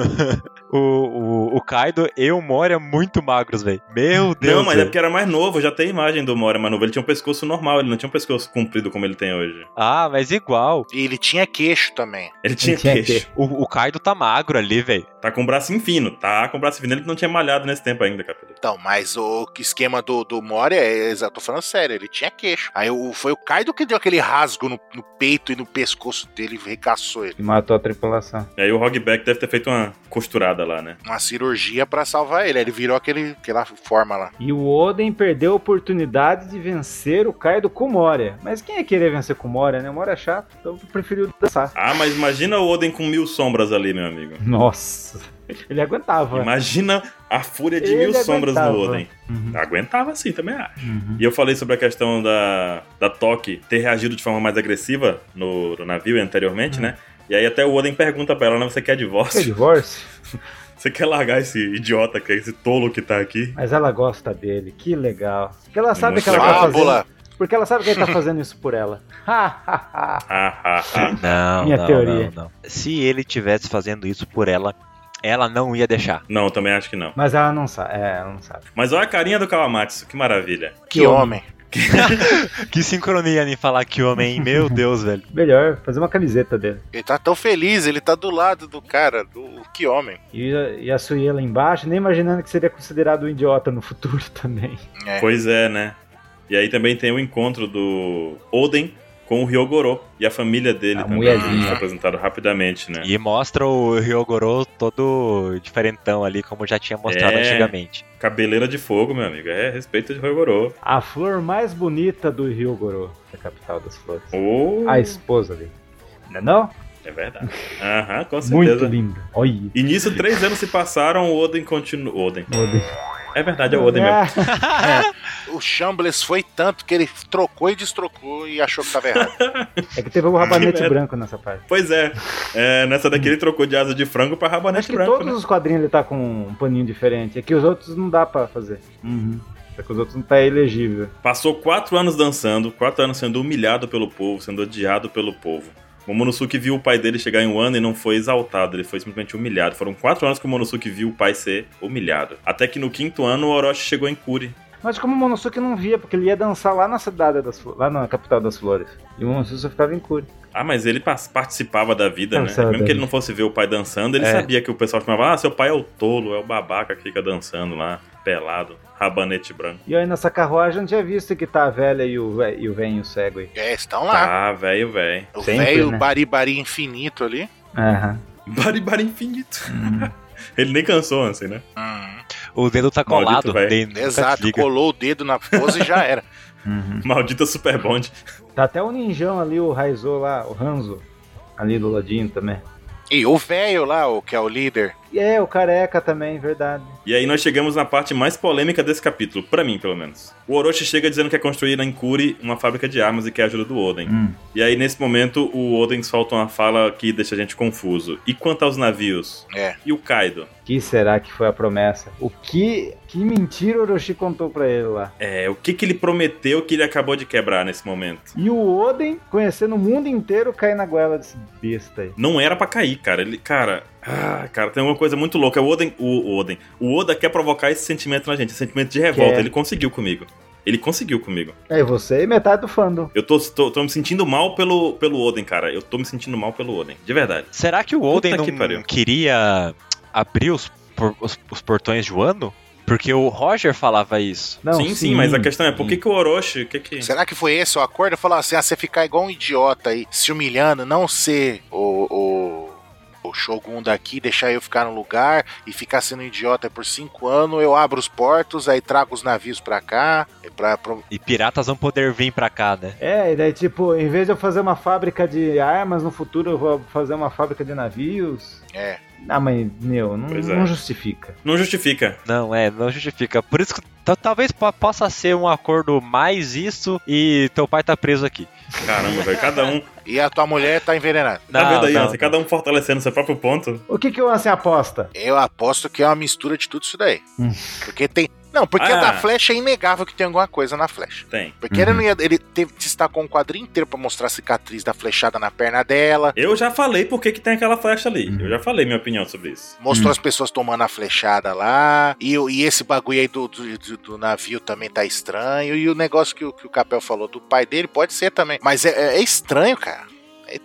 S2: o, o. o Kaido e o Moria muito magros, velho. Meu Deus.
S1: não, mas é
S2: velho.
S1: porque era mais novo, já tem imagem do Moria mais novo. Ele tinha um pescoço normal, ele não tinha um pescoço comprido como ele tem hoje.
S2: Ah, mas igual.
S3: E ele tinha queixo também.
S1: Ele tinha,
S4: tinha
S1: queixo.
S4: queixo.
S2: O, o Kaido tá magro ali, velho.
S1: Tá com o braço fino, tá com o braço fino. Ele não tinha malhado nesse tempo ainda, capitão.
S3: Então, mas o esquema do, do Moria, é, eu tô falando sério, ele tinha queixo. Aí o, foi o Kaido que deu aquele rasgo no, no peito e no pescoço dele e recaçou ele.
S4: E matou a tripulação.
S1: E aí o Hogback deve ter feito uma costurada lá, né?
S3: Uma cirurgia pra salvar ele. Aí ele virou aquele, aquela forma lá.
S4: E o Oden perdeu a oportunidade de vencer o Kaido com o Moria. Mas quem ia querer vencer com o Moria, né? O Moria é chato, então preferiu dançar.
S1: Ah, mas imagina o Oden com mil sombras ali, meu amigo.
S4: Nossa. Ele aguentava.
S1: Imagina a fúria de
S4: Ele
S1: mil sombras no
S4: aguentava.
S1: Oden.
S4: Uhum.
S1: Aguentava sim, também acho.
S4: Uhum.
S1: E eu falei sobre a questão da, da Toque ter reagido de forma mais agressiva no, no navio e anteriormente, né? E aí até o Oden pergunta pra ela, né? Você quer
S4: Hum. Quer
S1: divórcio?
S4: divórcio?
S1: Você quer largar esse idiota, que é esse tolo que tá aqui?
S4: Mas ela gosta dele, que legal. Porque ela sabe
S1: Muito
S4: que ela tá fazendo.
S3: Fábula!
S4: Porque ela sabe que ele tá fazendo isso por ela.
S1: Ah, ah, ah.
S2: Não,
S4: Minha
S2: não,
S4: teoria.
S2: não, não. Se ele tivesse fazendo isso por ela, ela não ia deixar.
S1: Não, eu também acho que não.
S4: Mas ela não sabe. É, ela não sabe.
S1: Mas olha a carinha do Kawamatsu, que maravilha.
S3: Que homem.
S2: Que sincronia em falar que homem, hein? meu Deus, velho.
S4: Melhor fazer uma camiseta dele.
S3: Ele tá tão feliz, ele tá do lado do cara. Do... Que homem.
S4: E, a- e a Sui lá embaixo, nem imaginando que seria considerado um idiota no futuro também.
S3: É.
S1: Pois é, né? E aí também tem o encontro do Oden com o Ryogoro e a família dele
S4: A
S1: também.
S4: mulherzinha.
S1: que é apresentado rapidamente, né?
S2: E mostra o Ryogoro todo diferentão ali, como já tinha mostrado
S1: É.
S2: antigamente.
S1: Cabeleira de fogo, meu amigo. É, respeito de Ryogoro.
S4: A flor mais bonita do Rio Gorô, da capital das flores.
S1: Oh,
S4: A esposa dele. Não é não?
S1: É verdade. Aham, com
S4: Muito
S1: certeza.
S4: linda. Olha.
S1: E nisso, três anos se passaram, o Oden continua. Oden. É verdade, é o Oden mesmo.
S4: Ah,
S3: O Chambles foi tanto que ele trocou e destrocou e achou que tava errado.
S4: É que teve um rabanete
S1: merda.
S4: branco nessa parte.
S1: Pois é. É, nessa daqui ele trocou de asa de frango pra
S4: Acho
S1: rabanete
S4: que
S1: branco,
S4: todos
S1: né?
S4: os quadrinhos ele tá com um paninho diferente. É que os outros não dá pra fazer.
S1: Uhum.
S4: É que os outros não tá elegível.
S1: Passou quatro anos dançando, quatro anos sendo humilhado pelo povo, sendo odiado pelo povo. O Momonosuke viu o pai dele chegar em um ano e não foi exaltado, ele foi simplesmente humilhado. Foram quatro anos que o Momonosuke viu o pai ser humilhado. Até que no quinto ano o Orochi chegou em Kuri.
S4: Mas como o Monosuke não via, porque ele ia dançar lá na cidade das Flo- lá na capital das flores. E o Monosuke só ficava em Curi.
S1: Ah, mas ele pas- participava da vida,
S4: Participava
S1: né? Mesmo
S4: da
S1: que ele não fosse ver o pai dançando, ele
S2: É.
S1: sabia que o pessoal chamava: Ah, seu pai é o tolo, é o babaca que fica dançando lá, pelado, rabanete branco.
S4: E aí nessa carruagem eu não tinha visto que tá a velha e o, ve- e o venho cego aí.
S3: é, estão lá.
S1: Ah, velho, velho.
S3: O
S4: Tá. sempre,
S3: velho
S4: né?
S3: baribari infinito ali.
S4: Aham.
S1: Baribari infinito. Ele nem cansou, assim, né?
S3: Hum,
S2: O dedo tá
S1: Maldito
S2: colado,
S1: velho.
S2: daí nunca
S3: exato,
S2: desliga.
S3: colou o dedo na pose e já era.
S1: Maldita Super Bond.
S4: Tá até o ninjão ali, o Raizo lá, o Hanzo, ali do ladinho também.
S3: E o velho lá, o que é o líder.
S4: E é, o careca também, verdade.
S1: E aí nós chegamos na parte mais polêmica desse capítulo, pra mim, pelo menos. O Orochi chega dizendo que quer construir na Incuri uma fábrica de armas e quer a ajuda do Oden.
S4: Uhum.
S1: E aí, nesse momento, o Oden solta uma fala que deixa a gente confuso. E quanto aos navios?
S3: É.
S1: E o Kaido?
S4: Que será que foi a promessa? O que. Que mentira o Orochi contou pra ele lá?
S1: É, o que que ele prometeu que ele acabou de quebrar nesse momento?
S4: E o Oden, conhecendo o mundo inteiro, cai na goela desse besta aí.
S1: Não era pra cair, cara. Ele, cara, ah, cara, tem uma coisa muito louca. O Oden, o, o Oden, o Oda quer provocar esse sentimento na gente, esse sentimento de revolta.
S4: Quer.
S1: Ele conseguiu comigo. Ele conseguiu comigo.
S4: É, você e metade do fandom.
S1: Eu tô, tô, tô me sentindo mal pelo, pelo Oden, cara. Eu tô me sentindo mal pelo Oden, de verdade.
S2: Será que o Oden
S1: Puta
S2: não
S1: que pariu.
S2: queria abrir os, por- os- os portões de Wano? Porque o Roger falava isso.
S4: Não,
S1: sim, sim, mas a questão é por que, que o Orochi, o que que...
S3: Será que foi esse o acordo? Falou assim: ah, você ficar igual um idiota aí, se humilhando, não ser o, o, o Shogun daqui, deixar eu ficar no lugar e ficar sendo um idiota por cinco anos, eu abro os portos, aí trago os navios pra cá, pra, pro-
S2: E piratas vão poder vir pra cá, né?
S4: É, e daí, tipo, em vez de eu fazer uma fábrica de armas, no futuro eu vou fazer uma fábrica de navios.
S3: É.
S4: Ah, mas, meu, não,
S1: Pois é.
S4: não justifica.
S1: Não justifica.
S2: Não, é, não justifica. Por isso que ta- talvez po- possa ser um acordo mais isso e teu pai tá preso aqui.
S1: Caramba, velho, cada um...
S3: E a tua mulher tá envenenada.
S1: Tá
S2: Não,
S1: vendo aí,
S2: não,
S1: Anson?
S2: não.
S1: Cada um fortalecendo seu próprio ponto.
S4: O que que o Ansem aposta?
S3: Eu aposto que é uma mistura de tudo isso daí.
S4: Hum.
S3: Porque tem. Não, porque
S1: Ah.
S3: a da flecha é inegável que tem alguma coisa na flecha.
S1: Tem.
S3: Porque ele não ia. Ele teve, destacou um quadrinho inteiro pra mostrar a cicatriz da flechada na perna dela.
S1: Eu já falei por que que tem aquela flecha ali. Eu já falei minha opinião sobre isso.
S3: Mostrou as pessoas tomando a flechada lá. E, o- e esse bagulho aí do, do, do- do navio também tá estranho. E o negócio que, o- que o Capel falou do pai dele pode ser também. Mas é, é- é estranho, cara.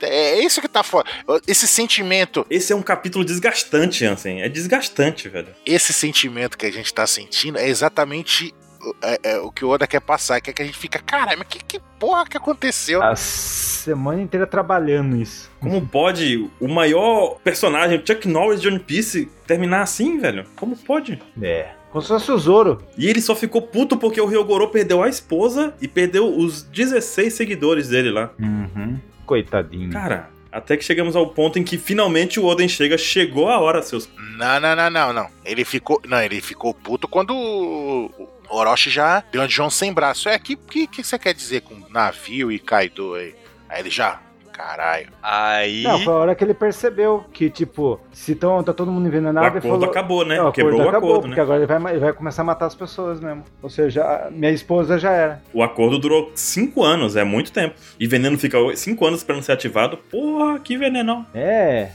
S3: É, é isso que tá foda. Esse sentimento,
S1: Esse é um capítulo desgastante, Ansem. É desgastante, velho.
S3: esse sentimento que a gente tá sentindo é exatamente o- é- é o que o Oda quer passar. Que é que a gente fica, caralho, mas que, que porra que aconteceu?
S4: A semana inteira trabalhando isso.
S1: Como pode o maior personagem, Chuck Norris de One Piece, terminar assim, velho? Como pode?
S4: É. Como se fosse o Zoro.
S1: E ele só ficou puto porque o Ryogoro perdeu a esposa e perdeu os 16 seguidores dele lá.
S4: Uhum. Coitadinho.
S1: Cara, Até que chegamos ao ponto em que finalmente o Oden chega. Chegou a hora, seus.
S3: Não, não, não, não, não. Ele ficou. Não, ele ficou puto quando o o Orochi já deu um John sem braço. É, que que, que você quer dizer com navio e Kaido aí? Aí ele já. Caralho.
S2: Aí.
S4: Não, foi a hora que ele percebeu que, tipo, se tão, tá todo mundo
S1: O
S4: envenenado, ele
S1: acordo
S4: falou...
S1: acabou, né?
S4: Não, o
S1: Quebrou o
S4: acabou,
S1: acordo,
S4: porque
S1: né?
S4: agora ele vai, ele vai começar a matar as pessoas mesmo. Ou seja, a minha esposa já era.
S1: O acordo durou cinco anos, é muito tempo. E veneno fica cinco anos esperando ser ativado. Porra, que venenão.
S4: É,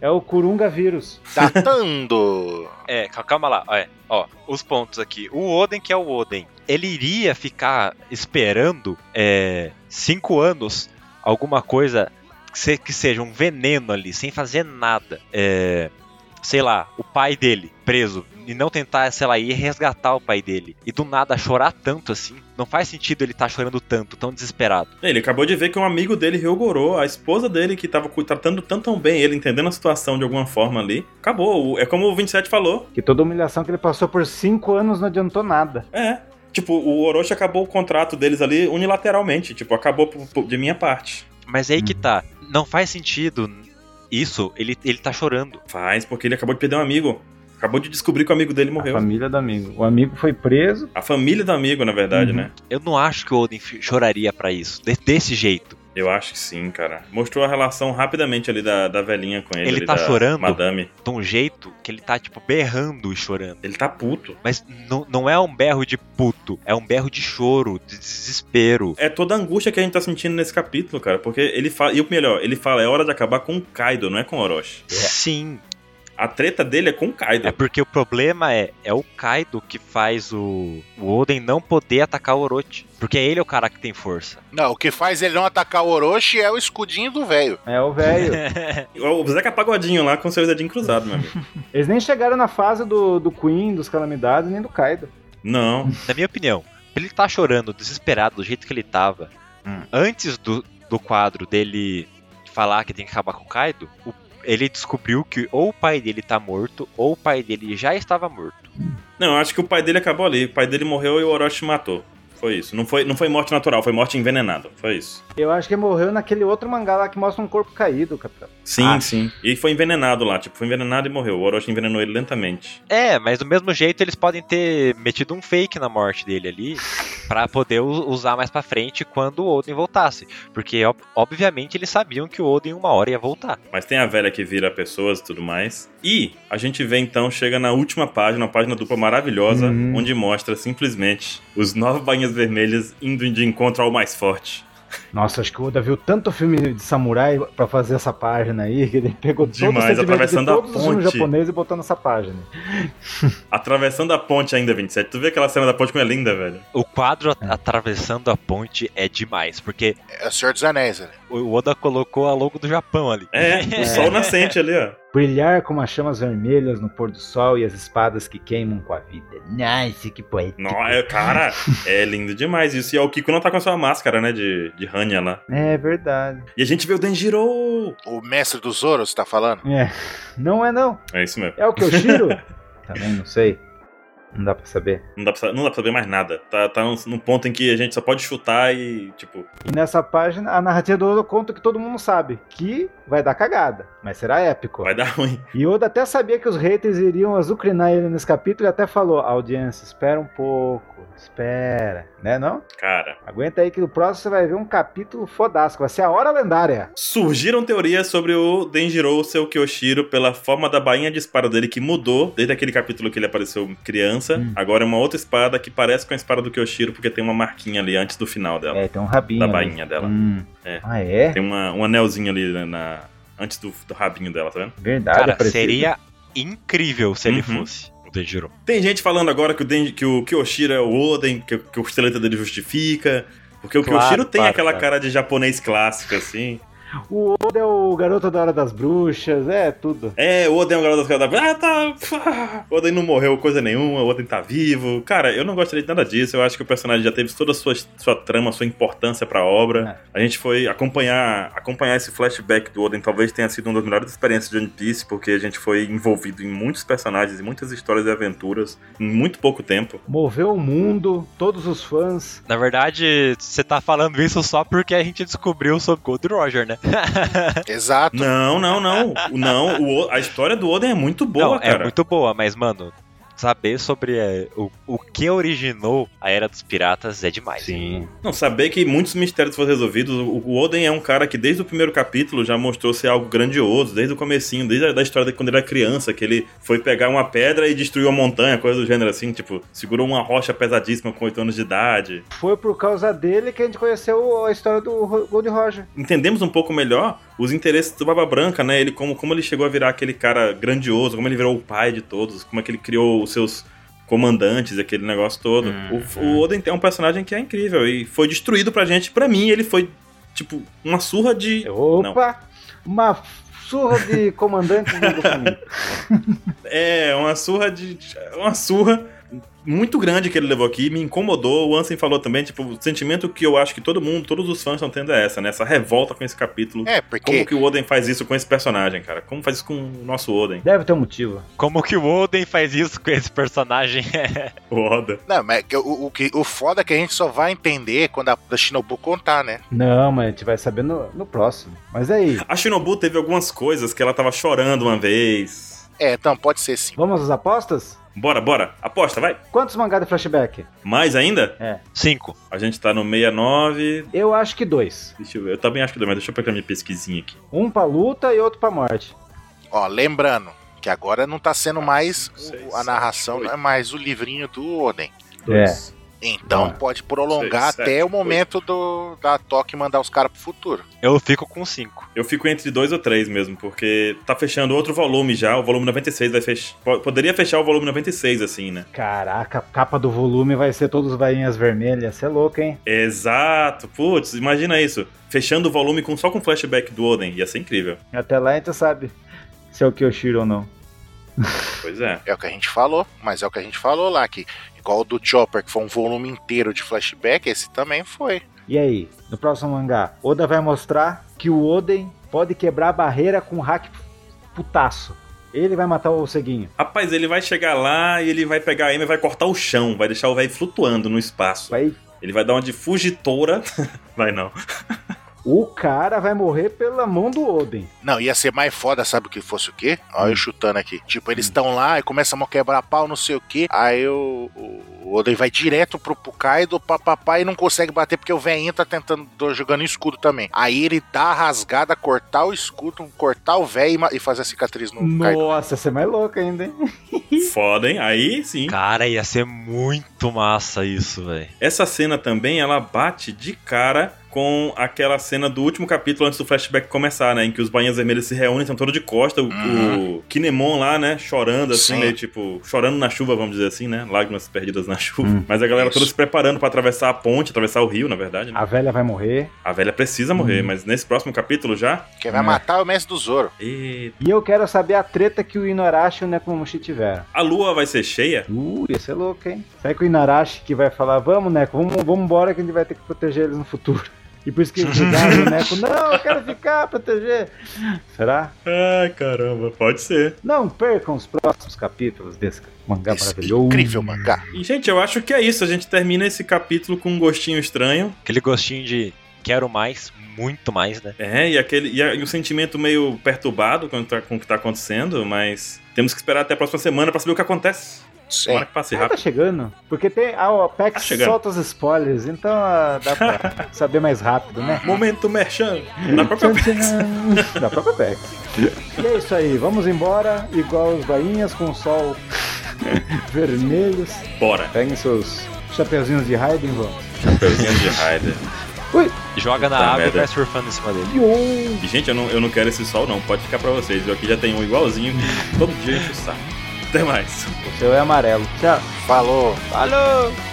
S4: é o Curunga vírus.
S3: Datando!
S2: É, cal- calma lá. ó, É, ó, os pontos aqui. O Oden, que é o Oden, ele iria ficar esperando é, cinco anos alguma coisa que, se- que seja um veneno ali, sem fazer nada. É, sei lá, o pai dele preso e não tentar, sei lá, ir resgatar o pai dele. E do nada chorar tanto assim. Não faz sentido ele estar chorando tanto, tão desesperado.
S1: Ele acabou de ver que um amigo dele, Ryogoro, a esposa dele, que tava cu- tratando tão, tão bem ele, entendendo a situação de alguma forma ali, acabou. O- É como o 27 falou.
S4: Que toda a humilhação que ele passou por cinco anos não adiantou nada.
S1: É. Tipo, o Orochi acabou o contrato deles ali unilateralmente. Tipo, acabou por- por- de minha parte.
S2: Mas aí que
S4: Uhum.
S2: tá. Não faz sentido isso, ele, ele tá chorando.
S1: Faz, porque ele acabou de perder um amigo. Acabou de descobrir que o amigo dele morreu.
S4: A família do amigo. O amigo foi preso.
S1: A família do amigo, na verdade,
S4: Uhum.
S1: né?
S2: Eu não acho que o Odin fi- choraria pra isso, de- desse jeito.
S1: Eu acho que sim, cara. Mostrou a relação rapidamente ali da, da velhinha com ele.
S2: Ele
S1: ali,
S2: tá
S1: da
S2: chorando?
S1: Madame.
S2: De um jeito que ele tá, tipo, berrando e chorando.
S1: Ele tá puto.
S2: Mas não, não é um berro de puto, é um berro de choro, de desespero.
S1: É toda a angústia que a gente tá sentindo nesse capítulo, cara. Porque ele fala. E o melhor, ele fala: é hora de acabar com o Kaido, não é com o Orochi.
S2: Sim,
S1: A treta dele é com o Kaido.
S2: é porque o problema é, é o Kaido que faz o, o Oden não poder atacar o Orochi. Porque ele é o cara que tem força.
S3: Não, o que faz ele não atacar o Orochi é o escudinho do velho.
S4: É o velho.
S1: O Zeca Pagodinho lá com seu dedinho cruzado, meu amigo.
S4: Eles nem chegaram na fase do, do Queen, dos Calamidades, nem do Kaido.
S1: Não.
S2: Na minha opinião, ele tá chorando, desesperado, do jeito que ele tava, antes do, do quadro dele falar que tem que acabar com o Kaido, o- ele descobriu que ou o pai dele tá morto, ou o pai dele já estava morto.
S1: Não, eu acho que o pai dele acabou ali. O pai dele morreu e o Orochi matou. Foi isso. Não foi, não foi morte natural, foi morte envenenada. Foi isso.
S4: Eu acho que ele morreu naquele outro mangá lá que mostra um corpo caído, capitão.
S1: Sim,
S2: Ah.
S1: sim. E foi envenenado lá, tipo, foi envenenado e morreu. O Orochi envenenou ele lentamente.
S2: É, mas do mesmo jeito eles podem ter metido um fake na morte dele ali, pra poder u- usar mais pra frente quando o Odin voltasse. Porque, ob- obviamente, eles sabiam que o Odin uma hora ia voltar.
S1: Mas tem a velha que vira pessoas e tudo mais. E a gente vê então, chega na última página, uma página dupla maravilhosa,
S4: Uhum.
S1: onde mostra simplesmente os nove bainhas vermelhas indo de encontro ao mais forte.
S4: Nossa, acho que o Oda viu tanto filme de samurai pra fazer essa página aí, que ele pegou
S1: Demais,
S4: todo o sentimento de
S1: atravessando a
S4: todos os filmes
S1: ponte.
S4: japoneses e botou nessa página.
S1: Atravessando a ponte ainda, 27. Tu vê aquela cena da ponte como é linda, velho.
S2: O quadro at- atravessando a ponte é demais, porque
S3: É o Senhor dos Anéis, né?
S2: o Oda colocou a logo do Japão ali.
S1: É, o sol nascente ali, ó.
S4: Brilhar como as chamas vermelhas no pôr do sol e as espadas que queimam com a vida. Nice, que poético.
S1: Não, é- cara, é lindo demais isso. E ó, o Kiko não tá com a sua máscara, né, de, de Hanya lá.
S4: É verdade.
S1: E a gente vê o Denjiro!
S3: O mestre dos Zoro, você tá falando?
S4: É. Não é não.
S1: É isso mesmo.
S4: É o que eu tiro? Também não sei. Não dá pra saber.
S1: Não dá pra, sa- não dá pra saber mais nada. Tá, tá num, num ponto em que a gente só pode chutar e, tipo,
S4: E nessa página, a narrativa do Oda conta o que todo mundo sabe. Que vai dar cagada. Mas será épico.
S1: vai dar ruim.
S4: E Oda até sabia que os haters iriam azucrinar ele nesse capítulo e até falou, audiência, espera um pouco. Espera. Né não?
S1: Cara,
S4: Aguenta aí que no próximo você vai ver um capítulo fodasco. Vai ser a hora lendária.
S1: Surgiram teorias sobre o Denjiro seu Kyoshiro pela forma da bainha de espada dele que mudou desde aquele capítulo que ele apareceu criança.
S4: Hum.
S1: Agora é uma outra espada que parece com a espada do Kyoshiro porque tem uma marquinha ali antes do final dela,
S4: É, tem um rabinho.
S1: da
S4: ali.
S1: bainha dela.
S4: Hum.
S1: É.
S4: Ah, é?
S1: Tem uma, um anelzinho ali na, na- antes do, do rabinho dela, tá vendo?
S4: Verdade.
S2: Cara,
S4: é parecido.
S2: seria incrível se ele
S1: Uhum.
S2: fosse o Denjiro.
S1: Tem gente falando agora que o, Den, que o Kyoshiro é o Oden, que, que o estileta dele justifica. Porque o
S2: Claro,
S1: Kyoshiro tem
S2: claro,
S1: aquela
S2: claro.
S1: cara de japonês clássico, assim.
S4: O Oda é o garoto da hora das bruxas, é tudo.
S1: É, o Oden é um garoto das caras da... Ah, tá... pá, O Oden não morreu coisa nenhuma, o Oden tá vivo. Cara, eu não gostaria de nada disso. Eu acho que o personagem já teve toda a sua, sua trama, sua importância pra obra.
S2: É.
S1: A gente foi acompanhar acompanhar esse flashback do Oden. Talvez tenha sido uma das melhores experiências de One Piece, porque a gente foi envolvido em muitos personagens, em muitas histórias e aventuras, em muito pouco tempo.
S4: Moveu o mundo, todos os fãs.
S2: Na verdade, você tá falando isso só porque a gente descobriu sobre Gold Roger, né?
S3: Exato.
S1: Não, não, não. O- Não, o O- a história do Oden é muito boa,
S2: Não,
S1: cara.
S2: é muito boa, mas, mano, saber sobre é, o, o que originou a Era dos Piratas é demais.
S5: Sim.
S1: Não, saber que muitos mistérios foram resolvidos. O o Oden é um cara que desde o primeiro capítulo já mostrou ser algo grandioso, desde o comecinho, desde a da história de quando ele era criança, que ele foi pegar uma pedra e destruiu a montanha, coisa do gênero assim, tipo, segurou uma rocha pesadíssima com 8 anos de idade.
S4: Foi por causa dele que a gente conheceu a história do Ro- Gold Roger.
S1: Entendemos um pouco melhor os interesses do Baba Branca, né? Ele como, como ele chegou a virar aquele cara grandioso, como ele virou o pai de todos, como é que ele criou os seus comandantes, aquele negócio todo. O, o Oden é um personagem que é incrível e foi destruído pra gente. Pra mim, ele foi tipo uma surra de
S4: Opa! Uma surra de comandante do Gofaninho.
S1: É, uma surra de. Uma surra muito grande que ele levou aqui, me incomodou. O Ansem falou também, tipo, o sentimento que eu acho que todo mundo, todos os fãs estão tendo é essa, né? Essa revolta com esse capítulo.
S3: É,
S1: Como
S3: porque
S1: que o Oden faz isso com esse personagem, cara? Como faz isso com o nosso Oden?
S4: Deve ter um motivo.
S2: Como que o Oden faz isso com esse personagem?
S1: O Oda.
S3: Não, mas que o, o, que- o foda é que a gente só vai entender quando a, a Shinobu contar, né?
S4: Não, mas a gente vai saber no, no próximo. Mas é aí,
S1: A Shinobu teve algumas coisas que ela tava chorando uma vez.
S3: É, então, pode ser sim.
S4: vamos às apostas?
S1: Bora, bora. Aposta, vai.
S4: Quantos mangá de flashback?
S1: Mais ainda?
S2: Cinco.
S1: A gente tá no 69.
S4: Eu acho que dois.
S1: Deixa eu ver. Eu também acho que deu, mas deixa eu pegar minha pesquisinha aqui.
S4: Um pra luta e outro pra morte.
S3: Ó, lembrando que agora não tá sendo mais o-
S1: seis,
S3: a
S1: sete,
S3: narração,
S1: oito.
S3: não é mais o livrinho do Oden.
S4: É.
S1: Dois.
S3: Então
S4: Ah.
S3: pode prolongar
S1: Seis, sete,
S3: até o
S1: oito.
S3: momento do, da Toque mandar os caras pro futuro.
S2: Eu fico com cinco.
S1: Eu fico entre dois ou três mesmo, porque tá fechando outro volume já, o volume 96 vai fechar. Poderia fechar o volume 96, assim, né?
S4: Caraca, a capa do volume vai ser todos vainhas vermelhas. Você é louco, hein?
S1: Exato, putz, imagina isso. Fechando o volume com, só com flashback do Oden, ia ser incrível.
S4: Até lá a gente sabe se é o Kyoshiro ou não.
S1: Pois é.
S3: É o que a gente falou, mas é o que a gente falou lá, que igual o do Chopper, que foi um volume inteiro de flashback, esse também foi.
S4: E aí, no próximo mangá, Oda vai mostrar que o Oden pode quebrar a barreira com um hack putaço. Ele vai matar o ceguinho.
S1: Rapaz, ele vai chegar lá e ele vai pegar a Amy e vai cortar o chão, vai deixar o velho flutuando no espaço.
S4: Vai,
S1: Ele vai dar uma de fugitora. vai não.
S4: o cara vai morrer pela mão do Oden.
S3: Não, ia ser mais foda, sabe o que fosse o quê? Ó,
S4: Hum.
S3: eu chutando aqui. Tipo, eles estão lá e começam a quebrar pau, não sei o quê. Aí o, o Oden vai direto pro Pukaido, papapá, e não consegue bater porque o velhinho tá tentando, tô jogando escudo também. Aí ele dá a rasgada, cortar o escudo, cortar o velho e, ma- e fazer a cicatriz no Kaido.
S4: Nossa, você é mais louco ainda, hein?
S1: Foda, hein? Aí sim.
S2: Cara, ia ser muito massa isso, velho.
S1: Essa cena também, ela bate de cara com aquela cena do último capítulo antes do flashback começar, né? Em que os bainhas vermelhas se reúnem, estão todos de costa, o,
S3: Uhum.
S1: o Kinemon lá, né? Chorando, assim,
S3: Sim.
S1: meio tipo... Chorando na chuva, vamos dizer assim, né? Lágrimas perdidas na chuva.
S4: Hum.
S1: Mas a galera toda
S3: Isso.
S1: se preparando pra atravessar a ponte, atravessar o rio, na verdade. Né?
S4: A velha vai morrer.
S1: A velha precisa morrer, mas nesse próximo capítulo já...
S3: Quem vai matar é o mestre do Zoro.
S1: Eita.
S4: E eu quero saber a treta que o Inuarashi e o Nekomamushi tiveram.
S1: A lua vai ser cheia?
S4: Uh, ia ser louco, hein? Será que o Inarashi que vai falar, vamos, Neco, vamos, vamos embora que a gente vai ter que proteger eles no futuro. E por isso que eles ligaram o Neco, não, eu quero ficar, proteger. Será?
S1: Ai, caramba, pode ser.
S4: Não percam os próximos capítulos desse mangá
S3: Esse
S4: maravilhoso.
S3: incrível mangá.
S1: E, gente, eu acho que é isso. A gente termina esse capítulo com um gostinho estranho.
S2: Aquele gostinho de quero mais, muito mais, né?
S1: É, e, aquele, e, a- e um sentimento meio perturbado com, o que tá- com o que tá acontecendo, mas temos que esperar até a próxima semana pra saber o que acontece.
S3: Sim.
S1: Tomara que passe
S4: Ah, tá
S1: rápido.
S4: chegando. Porque tem. Ah, o
S1: Tá
S4: Apex
S1: chegando.
S4: solta os spoilers, então ah, dá pra saber mais rápido, né?
S1: Momento merchan na própria
S4: Tchan, tchan. Da própria Apex. E é isso aí, vamos embora, igual os bainhas com o sol vermelhos.
S1: Bora.
S4: Peguem seus chapeuzinhos de raio e vão.
S1: Chapeuzinho de Raider.
S2: Joga na
S1: Puta
S2: água e
S1: merda.
S2: vai surfando em cima dele.
S1: E, gente, eu não, eu não quero esse sol, não. Pode ficar pra vocês. Eu aqui já tenho um igualzinho que todo dia enche o saco. Até mais.
S4: O seu é amarelo. Tchau.
S3: Falou.
S4: Falou!